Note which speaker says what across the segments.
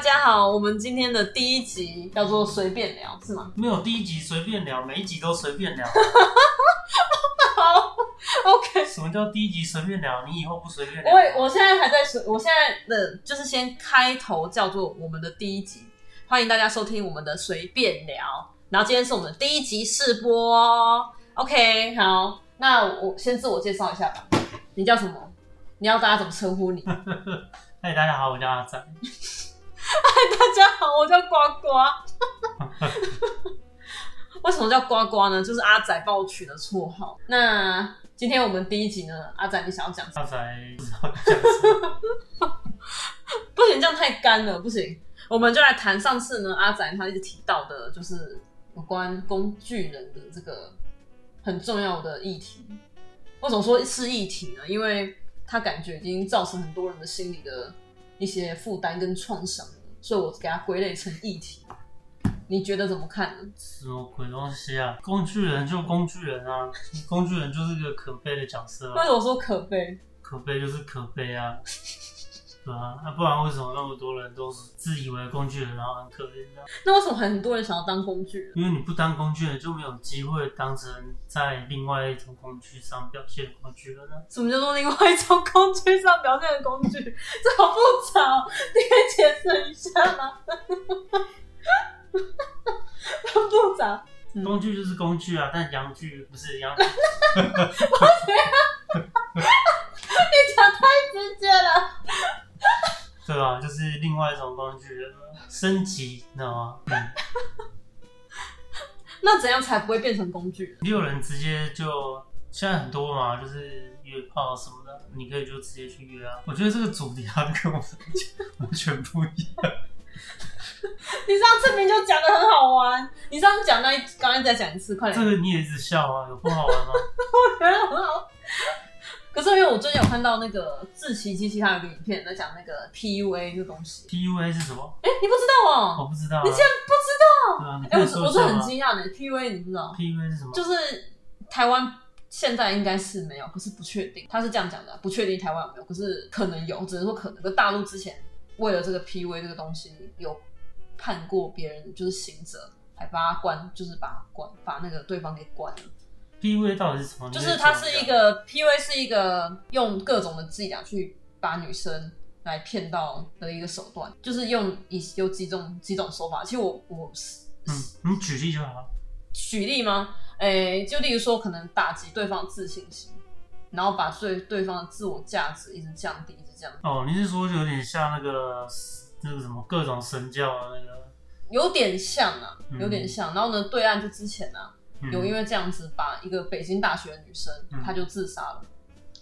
Speaker 1: 家好，我们今天的第一集叫做随便聊，是 吗？
Speaker 2: 没有第一集随便聊，每一集都随 便聊。
Speaker 1: 好，OK。
Speaker 2: 什么叫第一集随便聊？你以后不随便聊？
Speaker 1: 我我现在还在随，我现在的就是先开头叫做我们的第一集，欢迎大家收听我们的随便聊。然后今天是我们的第一集试播哦，OK。好，那我先自我介绍一下吧。你叫什么？你要大家怎么称呼你？嗨，
Speaker 2: 嗨，哎大家好，我叫阿仔。
Speaker 1: 大家好，我叫呱呱。 为什么叫呱呱呢？就是阿仔帮我取的绰号。那今天我们第一集呢，阿仔你想要讲什么？
Speaker 2: 阿仔不知道讲什么。
Speaker 1: 不行，这样太干了，不行。我们就来谈上次呢，阿仔他一直提到的，就是有关工具人的这个很重要的议题。为什么说是议题呢？因为他感觉已经造成很多人的心理的一些负担跟创伤了，所以我给它归类成议题。你觉得怎么看呢？
Speaker 2: 什么鬼东西啊？工具人就工具人啊，工具人就是个可悲的角色、
Speaker 1: 为
Speaker 2: 啊，
Speaker 1: 什么说可悲？
Speaker 2: 可悲就是可悲啊。 对啊，那、不然为什么那么多人都是自以为工具人，然后很可怜的？
Speaker 1: 那为什么很多人想要当工具人？
Speaker 2: 因为你不当工具人，就没有机会当成在另外一种工具上表现的工具人啊。
Speaker 1: 什么叫做另外一种工具上表现的工具？这好复杂、哦，你可以解释一下吗？很复杂，嗯
Speaker 2: 工具就是工具啊，但洋具不是洋具，
Speaker 1: 你讲太直接了。
Speaker 2: 对吧、就是另外一种工具人啊升级，你知道吗？嗯
Speaker 1: 那怎样才不会变成工具人？
Speaker 2: 也有人直接就现在很多嘛，就是约炮什么的，你可以就直接去约啊。我觉得这个主题啊，跟我们完全不一样。
Speaker 1: 你上次明明就讲的很好玩，你上次讲那一，刚刚再讲一次，快
Speaker 2: 这
Speaker 1: 点，
Speaker 2: 个你也一直笑啊，有不好玩吗？
Speaker 1: 我觉得很好。可是因为我最近有看到那个志奇机器，他有个影片在讲那个 PUA 这东西，
Speaker 2: PUA 是什么？
Speaker 1: 哎、你不知道哦、
Speaker 2: 我不知道、啊。
Speaker 1: 你竟然不知道？
Speaker 2: 对啊，你
Speaker 1: 哎、
Speaker 2: 可以
Speaker 1: 我我
Speaker 2: 说一
Speaker 1: 是
Speaker 2: 下
Speaker 1: 很
Speaker 2: 吗
Speaker 1: 惊讶的，PUA 你不知道？
Speaker 2: ？PUA 是什么？
Speaker 1: 就是台湾现在应该是没有，可是不确定，他是这样讲的，不确定台湾有没有，可是可能有，只能说可能。跟大陆之前为了这个 PUA 这个东西有判过别人，就是刑责，还把他关，就是把他关，把那个对方给关了。
Speaker 2: PUA 到底是什么？
Speaker 1: 就是它是一
Speaker 2: 你可以说下
Speaker 1: 个 PUA 是一个用各种的伎俩去把女生来骗到的一个手段，就是用以有几种几种手法。其实我我
Speaker 2: 嗯，你举例就好。
Speaker 1: 举例吗？诶、就例如说，可能打击对方自信心，然后把对对方的自我价值一直降低，一直降低，
Speaker 2: 哦，你是说有点像那个那个什么各种神教的那个？
Speaker 1: 有点像啊，
Speaker 2: 嗯
Speaker 1: 有点像。然后呢，对岸就之前啊，
Speaker 2: 嗯
Speaker 1: 有因为这样子把一个北京大学的女生，
Speaker 2: 嗯
Speaker 1: 她就自杀了，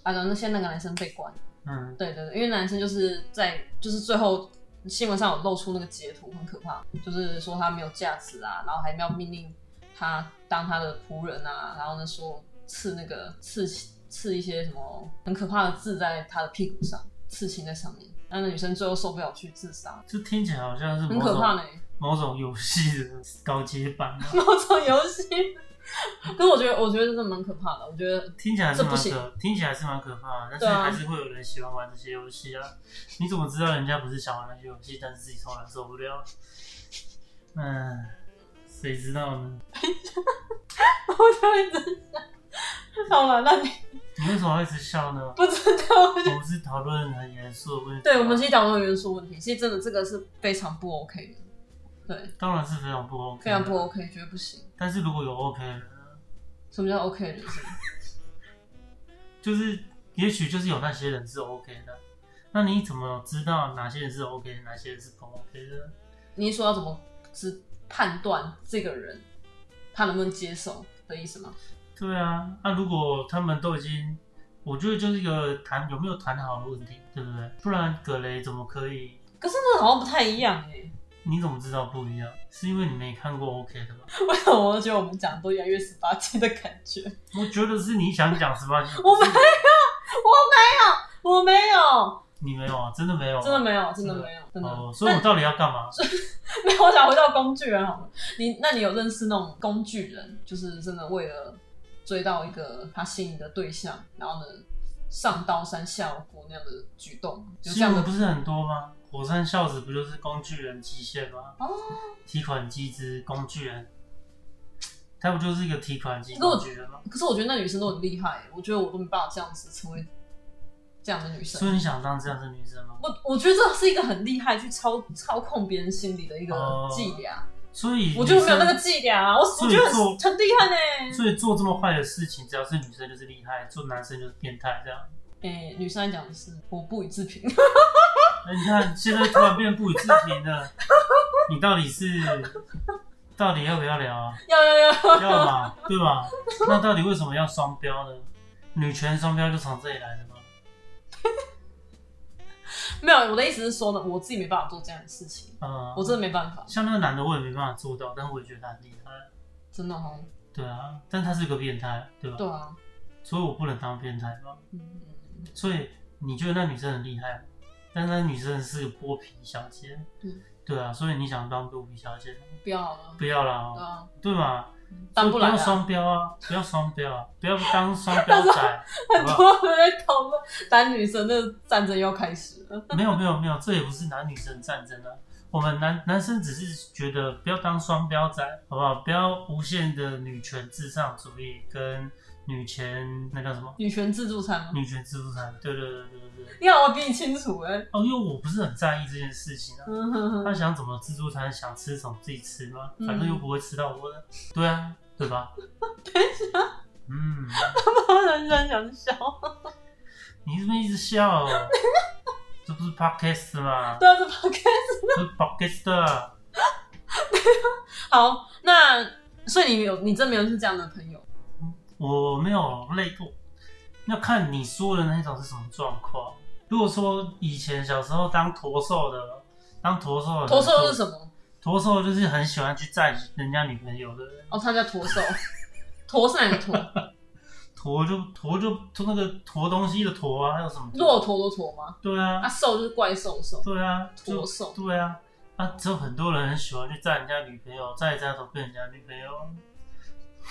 Speaker 1: 啊，然后那现在那个男生被关，
Speaker 2: 嗯，
Speaker 1: 对对对，因为男生就是在就是最后新闻上有露出那个截图，很可怕，就是说他没有价值啊，然后还要命令他当他的仆人啊，然后呢说刺那个刺刺一些什么很可怕的字在他的屁股上，刺青在上面，那那女生最后受不了去自杀，
Speaker 2: 这听起来好像是
Speaker 1: 很
Speaker 2: 某
Speaker 1: 可怕
Speaker 2: 种
Speaker 1: 呢、
Speaker 2: 某种游戏的高阶版 啊。
Speaker 1: 某种游戏。可是我觉得，我觉得真的蛮可怕的。我觉得
Speaker 2: 听起来是
Speaker 1: 这不
Speaker 2: 蛮可
Speaker 1: 行，
Speaker 2: 听起来是蛮可怕的，但是
Speaker 1: 对啊
Speaker 2: 还是会有人喜欢玩这些游戏啊。你怎么知道人家不是想玩那些游戏，但是自己从来受不了？嗯，谁知道呢？
Speaker 1: 我就一直想，好了，那你
Speaker 2: 你为什么会一直 笑呢？
Speaker 1: 不知道，
Speaker 2: 我们是讨论很严肃的问题。
Speaker 1: 对，我们其实讲到元素问题，其实真的这个是非常不 OK 的，对，
Speaker 2: 当然是非常不 OK，
Speaker 1: 非常不
Speaker 2: 的。
Speaker 1: OK，绝对不行。
Speaker 2: 但是如果有 OK 的人呢，
Speaker 1: 什么叫 OK 的人生？
Speaker 2: 就是也许就是有那些人是 OK 的，那你怎么知道哪些人是 OK，哪些人是不 OK 的？
Speaker 1: 你说要怎么知判断这个人他能不能接受的意思吗？
Speaker 2: 对啊，那如果他们都已经，我觉得就是一个谈有没有谈好的问题，对不对？不然葛雷怎么可以？
Speaker 1: 可是那好像不太一样哎、
Speaker 2: 你怎么知道不一样？是因为你没看过 OK 的吧？
Speaker 1: 为什么我觉得我们讲的都越来越十八禁的感觉？
Speaker 2: 我觉得是你想讲十八禁，
Speaker 1: 我没有，我没有，我没有，
Speaker 2: 你没有啊，真的没有啊、
Speaker 1: 真的没有，真的没有，真的。
Speaker 2: 哦，所以我到底要干嘛？
Speaker 1: 没有，我想回到工具人好了。你那你有认识那种工具人，就是真的为了追到一个他心仪的对象，然后呢上刀山下油锅那样的举动吗？有这
Speaker 2: 新
Speaker 1: 样
Speaker 2: 闻
Speaker 1: 的
Speaker 2: 不是很多吗？火山孝子不就是工具人极限吗？
Speaker 1: 哦，
Speaker 2: 提款机之工具人，他不就是一个提款机
Speaker 1: 那我
Speaker 2: 工具人吗？
Speaker 1: 可是我觉得那女生都很厉害，我觉得我都没办法这样子成为这样的女
Speaker 2: 所以
Speaker 1: 生。
Speaker 2: 你想当这样的女生吗？
Speaker 1: 我我觉得这是一个很厉害去操操控别人心理的一个
Speaker 2: 哦
Speaker 1: 伎俩，
Speaker 2: 所以
Speaker 1: 我就没有
Speaker 2: 女生
Speaker 1: 那个伎俩啊，我
Speaker 2: 所
Speaker 1: 我
Speaker 2: 以
Speaker 1: 觉得
Speaker 2: 做
Speaker 1: 很很厉害呢。
Speaker 2: 所以做这么坏的事情，只要是女生就是厉害，做男生就是变态这样。
Speaker 1: 诶、女生来讲是我不予置评，
Speaker 2: 那哎你看现在突然变不予置评了，你到底是到底要不要聊啊？
Speaker 1: 要要要，
Speaker 2: 要嘛，对吧？那到底为什么要双标呢？女权双标就从这里来的吗？
Speaker 1: 没有我的意思是说呢，我自己没办法做这样的事情，
Speaker 2: 嗯，
Speaker 1: 我真的没办法，
Speaker 2: 像那个男的我也没办法做到，但我也觉得他很厉害。
Speaker 1: 真的哦。
Speaker 2: 对啊，但他是个变态，对吧？
Speaker 1: 对啊，
Speaker 2: 所以我不能当变态嘛。
Speaker 1: 嗯，
Speaker 2: 所以你觉得那女生很厉害，但那女生是个剥皮小姐，
Speaker 1: 嗯
Speaker 2: 对啊，所以你想当剥皮小姐，
Speaker 1: 不要了，
Speaker 2: 不要啦、
Speaker 1: 对
Speaker 2: 哦，
Speaker 1: 啊，
Speaker 2: 对嘛？
Speaker 1: 当不来
Speaker 2: 要
Speaker 1: 啊。
Speaker 2: 双标啊，不要双标啊，不要当 双标仔，好
Speaker 1: 很
Speaker 2: 不好？
Speaker 1: 多人在讨论男女生的战争又开始了。
Speaker 2: 没有没有没有，这也不是男女生战争啊。我们男男生只是觉得不要当双标仔，好不好？不要无限的女权至上主义跟女权那叫什么？
Speaker 1: 女权自助餐吗？
Speaker 2: 女权自助餐？对对对对对对。
Speaker 1: 你好，我比你清楚哎、
Speaker 2: 哦，因为我不是很在意这件事情啊。
Speaker 1: 嗯哼哼
Speaker 2: 他想怎么自助餐，想吃什么自己吃吗？
Speaker 1: 嗯
Speaker 2: 反正又不会吃到我的，对啊，对吧？嗯，
Speaker 1: 很想想笑。
Speaker 2: 你是不是一直笑？这不是 podcast 吗？
Speaker 1: 对啊，这 podcast
Speaker 2: 这是 podcast。
Speaker 1: 好，那所以你有你真没有是这样的朋友？
Speaker 2: 我没有累过，要看你说的那种是什么状况。如果说以前小时候当驼兽的，当驼兽的人
Speaker 1: 驼兽是什
Speaker 2: 就
Speaker 1: 么？
Speaker 2: 驼兽就是很喜欢去占人家女朋友的人。
Speaker 1: 哦，他叫驼兽。驼是哪个驼？
Speaker 2: 驼就驼就就那个驮东西的驮啊，还有什么？
Speaker 1: 骆。驼的驼吗？
Speaker 2: 对啊
Speaker 1: 啊，，兽就是怪兽的兽，
Speaker 2: 对啊，
Speaker 1: 驼
Speaker 2: 就
Speaker 1: 兽。
Speaker 2: 对啊，啊，只有很多人很喜欢去占人家女朋友，占一占都变人家女朋友。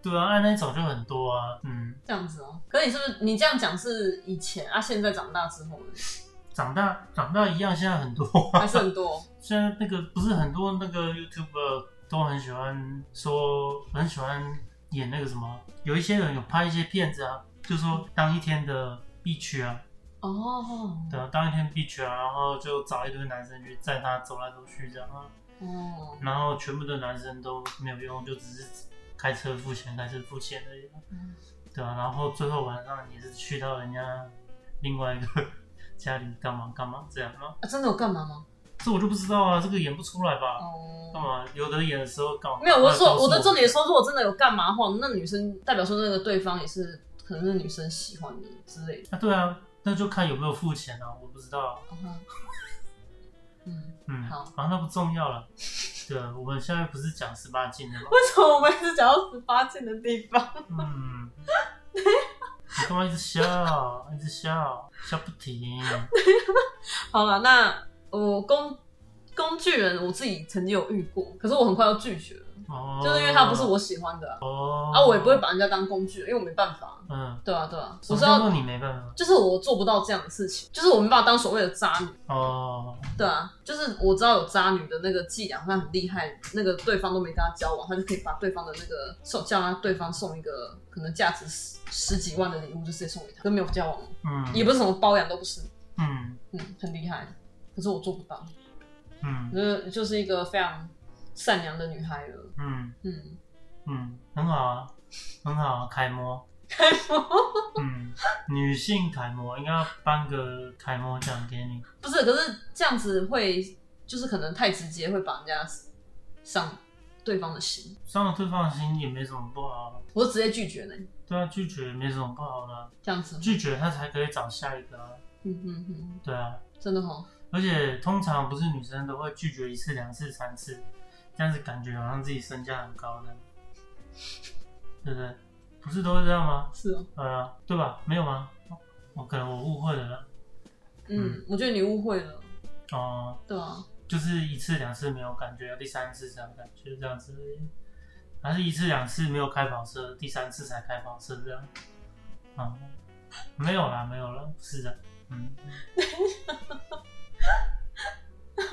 Speaker 2: 对啊，按那种就很多啊，嗯，
Speaker 1: 这样子哦，可是你是不是你这样讲是以前啊？现在长大之后呢，
Speaker 2: 长大长大一样，现在很多、
Speaker 1: 还是很多
Speaker 2: 现在那个不是很多那个 YouTuber 都很喜欢说，很喜欢演那个什么，有一些人有拍一些片子啊，就说当一天的 B 区啊，
Speaker 1: 哦
Speaker 2: 对啊，当一天 B 区啊，然后就找一堆男生去载他走来走去这样啊，
Speaker 1: 哦，
Speaker 2: 然后全部的男生都没有用，就只是开车付钱，开车付钱而已啊、
Speaker 1: 嗯
Speaker 2: 对啊，然后最后晚上也是去到人家另外一个 家里干嘛干嘛这样啊，
Speaker 1: 啊，真的有干嘛吗？
Speaker 2: 这我就不知道啊，这个演不出来吧？
Speaker 1: 哦，
Speaker 2: 干嘛？有的演的时候干嘛？
Speaker 1: 没有，我是说我的
Speaker 2: 重
Speaker 1: 重点是说，如果真的有干嘛的话，那女生代表说那个对方也是可能是女生喜欢的之类的。
Speaker 2: 啊，对啊，那就看有没有付钱啊，我不知道啊。
Speaker 1: 嗯哼嗯，
Speaker 2: 嗯，
Speaker 1: 好
Speaker 2: 啊，那不重要了。对，啊我们现在不是讲十八禁的吗？
Speaker 1: 为什么我们一直讲到十八禁的地方？
Speaker 2: 嗯，你干嘛一直笑？一直笑，笑不停。
Speaker 1: 好了，那我工工具人我自己曾经有遇过，可是我很快要拒绝了，
Speaker 2: 哦，
Speaker 1: 就是因为他不是我喜欢的啊，
Speaker 2: 哦，
Speaker 1: 啊我也不会。把人家当工具，因为我没办法。
Speaker 2: 嗯，
Speaker 1: 对啊，对啊，
Speaker 2: 什
Speaker 1: 我
Speaker 2: 么
Speaker 1: 知
Speaker 2: 叫
Speaker 1: 道，
Speaker 2: 做你没办法？
Speaker 1: 就是我做不到这样的事情，就是我没办法当所谓的渣女。
Speaker 2: 哦，
Speaker 1: 对啊，就是我知道有渣女的那个伎俩，她很厉害，那个啊对方都没跟她交往，她就可以把对方的那个呃送，叫她啊对方送一个可能价值十十几万的礼物，就直接送给她，跟没有交往，
Speaker 2: 嗯，
Speaker 1: 也不是什么包养都不是，
Speaker 2: 嗯
Speaker 1: 嗯，很厉害。可是我做不到，我
Speaker 2: 嗯
Speaker 1: 觉得就是一个非常善良的女孩了，
Speaker 2: 嗯
Speaker 1: 嗯，
Speaker 2: 嗯，很好啊，很好啊，楷模。
Speaker 1: 开模
Speaker 2: 嗯，女性楷模应该要颁个楷模奖给你。
Speaker 1: 不是，可是这样子会就是可能太直接，会把人家伤对方的心，
Speaker 2: 伤了对方的心也没什么不好啊，
Speaker 1: 我就直接拒绝呢，
Speaker 2: 对啊，拒绝也没什么不好啦，
Speaker 1: 这样子，
Speaker 2: 拒绝他才可以找下一个啊，
Speaker 1: 嗯嗯嗯，
Speaker 2: 对啊，
Speaker 1: 真的哦，
Speaker 2: 而且通常不是女生都会拒绝一次、两次、三次，这样子感觉好像自己身价很高的，对不对？不是都会这样吗？
Speaker 1: 是哦。
Speaker 2: 呃，对吧？没有吗？我可能我误会了啦，
Speaker 1: 嗯，我觉得你误会了，
Speaker 2: 哦、
Speaker 1: 对啊，
Speaker 2: 就是一次两次没有感觉，第三次才有感觉，这样子而已。还是一次两次没有开跑车，哦第三次才开跑车这样。嗯，没有啦，没有啦，不是的。嗯，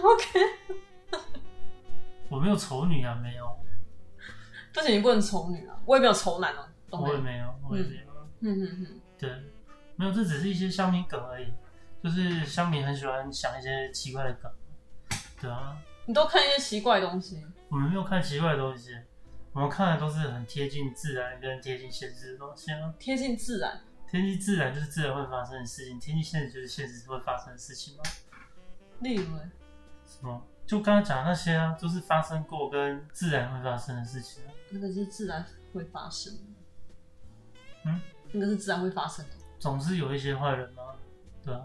Speaker 1: OK，
Speaker 2: 我没有丑女啊，没有，
Speaker 1: 不行，你不能丑女啊，我也没有丑男哦、懂吗
Speaker 2: 我也没有，我也没有。
Speaker 1: 嗯嗯嗯，
Speaker 2: 对，没有，这只是一些乡民梗而已，就是乡民很喜欢想一些奇怪的梗。对啊，
Speaker 1: 你都看一些奇怪的东西，
Speaker 2: 我们没有看奇怪的东西，我们看的都是很贴近自然跟贴近现实的东西啊。
Speaker 1: 贴近自然。
Speaker 2: 贴近自然就是自然会发生的事情，贴近现实就是现实会发生的事情嘛。
Speaker 1: 例如，
Speaker 2: 什么？就刚刚讲的那些啊，都是发生过跟自然会发生的事情啊。
Speaker 1: 那个是自然会发生的。
Speaker 2: 嗯，
Speaker 1: 那个是自然会发生的。
Speaker 2: 总是有一些坏人嘛，对啊。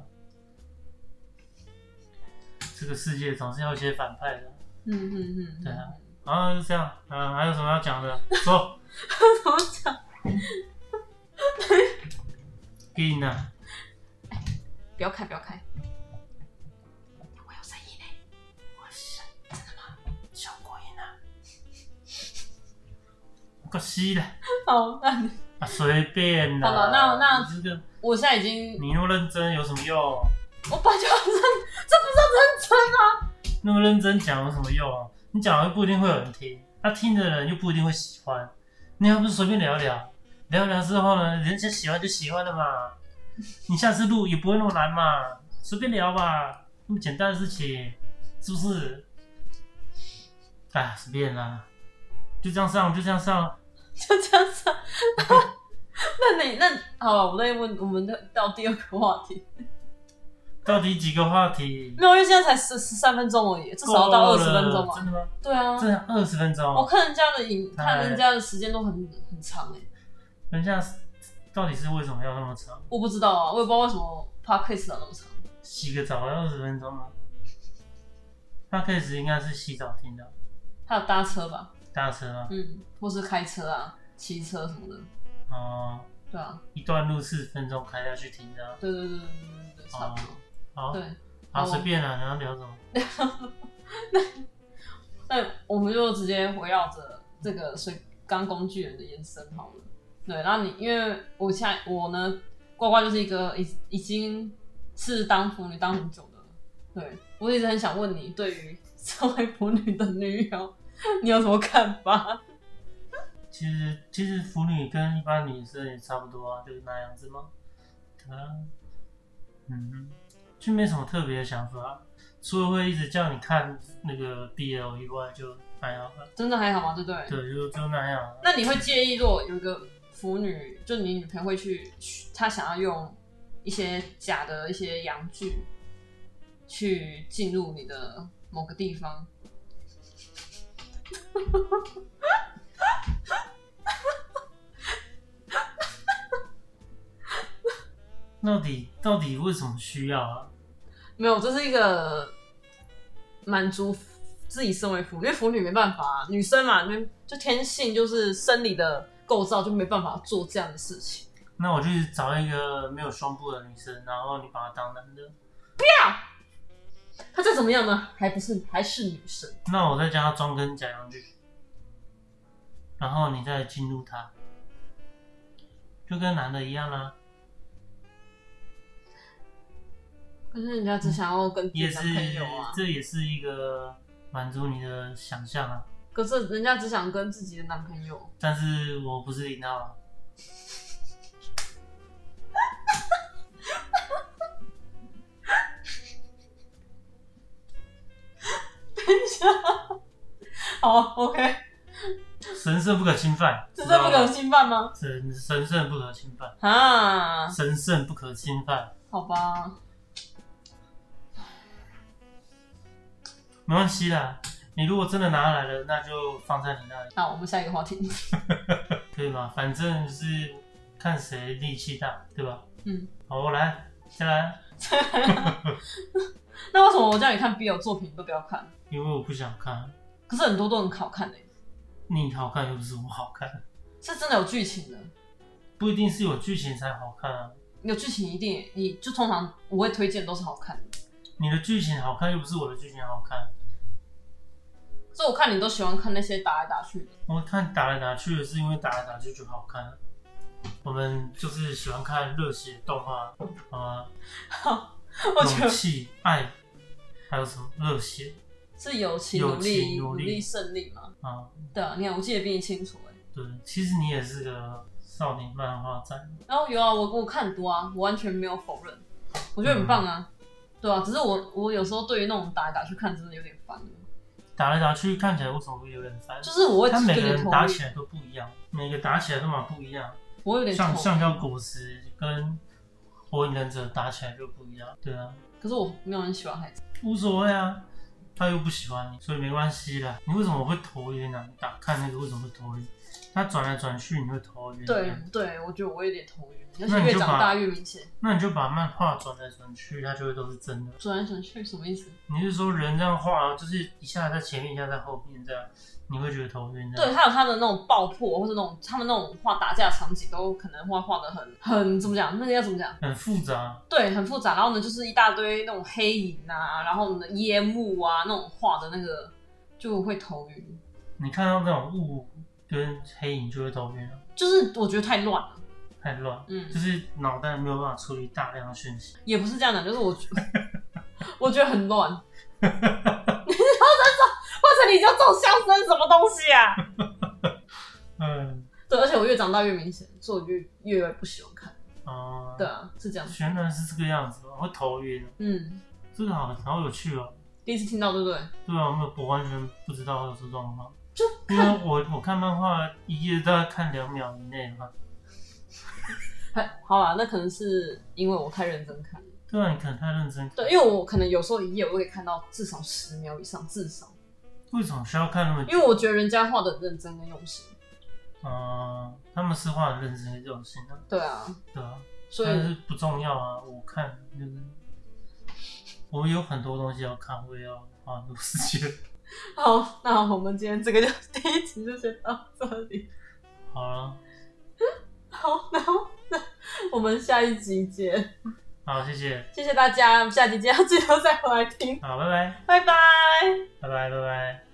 Speaker 2: 这个世界总是要有一些反派的。啊
Speaker 1: 嗯嗯嗯，
Speaker 2: 对啊。啊，就这样。嗯，还有什么要讲的？ 说，
Speaker 1: 怎么讲？
Speaker 2: 给你啊，
Speaker 1: 不要开，不要开。我有声音嘞！我是真的吗？
Speaker 2: 小鬼呢？可惜了，
Speaker 1: 好，那你
Speaker 2: 啊，随便啦。
Speaker 1: 好了那那
Speaker 2: 你这个
Speaker 1: 我现在已经，
Speaker 2: 你那么认真有什么用？
Speaker 1: 我本来就很认，这不是认真啊！
Speaker 2: 那么认真讲有什么用啊？你讲了又不一定会有人听，他、听的人又不一定会喜欢。你要不是随便聊聊，聊聊之后呢，人家喜欢就喜欢了嘛。你下次录也不会那么难嘛，随便聊吧，那么简单的事情，是不是？哎，随便啦，就这样上，就这样上。
Speaker 1: 就这样算。那你那好了，我再问，我们就到第二个话题。
Speaker 2: 到底几个话题？
Speaker 1: 没有，因为现在才十十三分钟而已，至少要到二十分钟
Speaker 2: 够了真
Speaker 1: 嘛。
Speaker 2: 的吗？
Speaker 1: 对啊，
Speaker 2: 真的二十分钟？
Speaker 1: 我看人家的影，
Speaker 2: 哎
Speaker 1: 看人家的时间都很很长哎、
Speaker 2: 人家到底是为什么要那么长？
Speaker 1: 我不知道啊，我也不知道为什么 podcast 要那么长。
Speaker 2: 洗个澡要二十分钟吗？那开始应该是洗澡听的，啊
Speaker 1: 还有搭车吧，
Speaker 2: 搭车吗？
Speaker 1: 嗯，或是开车啊、骑车什么的，
Speaker 2: 哦、
Speaker 1: 对啊，
Speaker 2: 一段路四十分钟开下去听的。啊
Speaker 1: 对对对对对对，差不多。
Speaker 2: 好，
Speaker 1: 对，
Speaker 2: 好
Speaker 1: 好
Speaker 2: 随便啦，你要聊什么？
Speaker 1: 那我们就直接围绕着这个水缸工具人的延伸好了。对，然后你因为我现在我呢，呱呱就是一个已已经是当腐女当很久的了。对我一直很想问你，对于身为腐女的女友，你有什么看法？
Speaker 2: 其实其实腐女跟一般女生也差不多啊，就是那样子嘛。对啊，嗯哼，就没什么特别的想法，啊除了会一直叫你看那个 BL 以外，就那样了。
Speaker 1: 真的还好吗？对不对？
Speaker 2: 对，就就那样啊了。
Speaker 1: 那你会介意，如果有一个腐女，就你女朋友会去，她想要用一些假的一些洋剧去进入你的某个地方？
Speaker 2: 到底到底为什么需要啊？
Speaker 1: 没有，这是一个满足自己身为腐女，因为腐女没办法、女生嘛，就就天性就是生理的构造就没办法做这样的事情。
Speaker 2: 那我去找一个没有胸部的女生，然后你把她当男的，
Speaker 1: 她再怎么样呢，还不是还是女生。
Speaker 2: 那我再将她装跟假洋具，然后你再进入她，就跟男的一样啊，
Speaker 1: 可是人家只想要跟自己
Speaker 2: 也
Speaker 1: 男
Speaker 2: 是
Speaker 1: 朋友啊，
Speaker 2: 这也是一个满足你的想象啊。
Speaker 1: 可是人家只想跟自己的男 朋友。
Speaker 2: 但是我不是林浩啊，
Speaker 1: 好，OK，哦
Speaker 2: 神圣不可侵犯，
Speaker 1: 这是不可
Speaker 2: 知道吗
Speaker 1: 侵犯吗？
Speaker 2: 神神圣不可侵犯，
Speaker 1: 啊，
Speaker 2: 神圣不可侵犯，
Speaker 1: 好吧，
Speaker 2: 没关系啦。你如果真的拿来了，那就放在你那里。
Speaker 1: 那我们下一个话题。
Speaker 2: 可以吗？反正是看谁力气大，对吧？
Speaker 1: 嗯，
Speaker 2: 好，我来，再来，
Speaker 1: 那为什么我叫你看 BL 作品你都不要看？
Speaker 2: 因为我不想看，
Speaker 1: 可是很多都很好看诶、欸
Speaker 2: 你好看又不是我好看，
Speaker 1: 是真的有剧情的。
Speaker 2: 不一定是有剧情才好看啊。
Speaker 1: 有剧情一定，你就通常我会推荐都是好看的，
Speaker 2: 你的剧情好看又不是我的剧情好看，
Speaker 1: 所以我看你都喜欢看那些打来打去的。
Speaker 2: 我看打来打去的是因为打来打去就好看，我们就是喜欢看热血动画啊，
Speaker 1: 好， 我觉
Speaker 2: 勇
Speaker 1: 得
Speaker 2: 气、爱，还有什么热血
Speaker 1: 是友情
Speaker 2: 友
Speaker 1: 努力
Speaker 2: 情努
Speaker 1: 努
Speaker 2: 力
Speaker 1: 力胜利嘛。
Speaker 2: 啊？
Speaker 1: 对啊，你看我记得比你清楚哎、
Speaker 2: 对，其实你也是个少年漫画宅，
Speaker 1: 然后有啊，我我看很多啊，我完全没有否认，我觉得很棒啊。
Speaker 2: 嗯
Speaker 1: 对啊，只是我我有时候对于那种打来打去看真的有点烦了，
Speaker 2: 打来打去看起来为什么会有点烦？
Speaker 1: 就是我会
Speaker 2: 他每
Speaker 1: 有
Speaker 2: 个
Speaker 1: 点
Speaker 2: 人
Speaker 1: 头
Speaker 2: 打
Speaker 1: 晕
Speaker 2: 起来都不一样，每个打起来都嘛不一样。
Speaker 1: 我有点头
Speaker 2: 像
Speaker 1: 晕。
Speaker 2: 橡胶果实跟火影忍者打起来就不一样，对啊，
Speaker 1: 可是我没有很喜欢孩子，
Speaker 2: 无所谓啊，他又不喜欢你，所以没关系啦。你为什么会头晕啊？你打看那个为什么会头晕？他转来转去你会头晕，
Speaker 1: 对对，我觉得我有点头晕，而
Speaker 2: 那
Speaker 1: 且
Speaker 2: 你
Speaker 1: 越
Speaker 2: 就
Speaker 1: 长
Speaker 2: 把
Speaker 1: 大越明显。
Speaker 2: 那你就把漫画转来转去，它就会都是真的。
Speaker 1: 转来转去什么意思？
Speaker 2: 你是说人这样画，就是一下在前面，一下在后面这样，你会觉得头晕这
Speaker 1: 对，
Speaker 2: 样？
Speaker 1: 还有他的那种爆破，或者那种他们那种画打架场景，都可能会画的很很怎么讲？那个要怎么讲？
Speaker 2: 很复杂，
Speaker 1: 对，很复杂。然后呢，就是一大堆那种黑影啊，然后呢烟幕啊，那种画的那个就会头晕。
Speaker 2: 你看到那种雾跟黑影就会头晕了，
Speaker 1: 就是我觉得太乱了，
Speaker 2: 太乱，
Speaker 1: 嗯
Speaker 2: 就，是脑袋没有办法处理大量的讯息。
Speaker 1: 也不是这样的，就是我觉我觉得很乱。 你然后在说，或者你就中相声什么东西啊？
Speaker 2: 嗯，
Speaker 1: 对，而且我越长大越明显，所以我越越不喜欢看。
Speaker 2: 哦、
Speaker 1: 对啊，是这样。
Speaker 2: 原来是这个样子，哦会头晕，
Speaker 1: 嗯，
Speaker 2: 这个好好有趣哦。
Speaker 1: 第一次听到，对不对？
Speaker 2: 对啊，我没有我完全不知道有这状况，
Speaker 1: 就
Speaker 2: 因为我我看漫画一页大概看两秒以内嘛。
Speaker 1: 还好啊啦，那可能是因为我太认真看了。
Speaker 2: 对啊，你可能太认真。
Speaker 1: 对，因为我可能有时候一页我会看到至少十秒以上，至少，
Speaker 2: 为什么需要看那么久？
Speaker 1: 因为我觉得人家画的认真跟用心。
Speaker 2: 嗯、他们是画很认真的这种心的，
Speaker 1: 对啊，
Speaker 2: 对啊，
Speaker 1: 所
Speaker 2: 但
Speaker 1: 以
Speaker 2: 是不重要啊。我看就是我有很多东西要看，我也要花很多时间。
Speaker 1: 好，那我们今天这个就 第一集就先到这里。
Speaker 2: 好了，
Speaker 1: 好，然后那我们下一集见，
Speaker 2: 好，谢谢，
Speaker 1: 谢谢大家，下集见要记得再回来听，
Speaker 2: 好，拜拜，
Speaker 1: 拜拜。
Speaker 2: 拜拜，拜拜。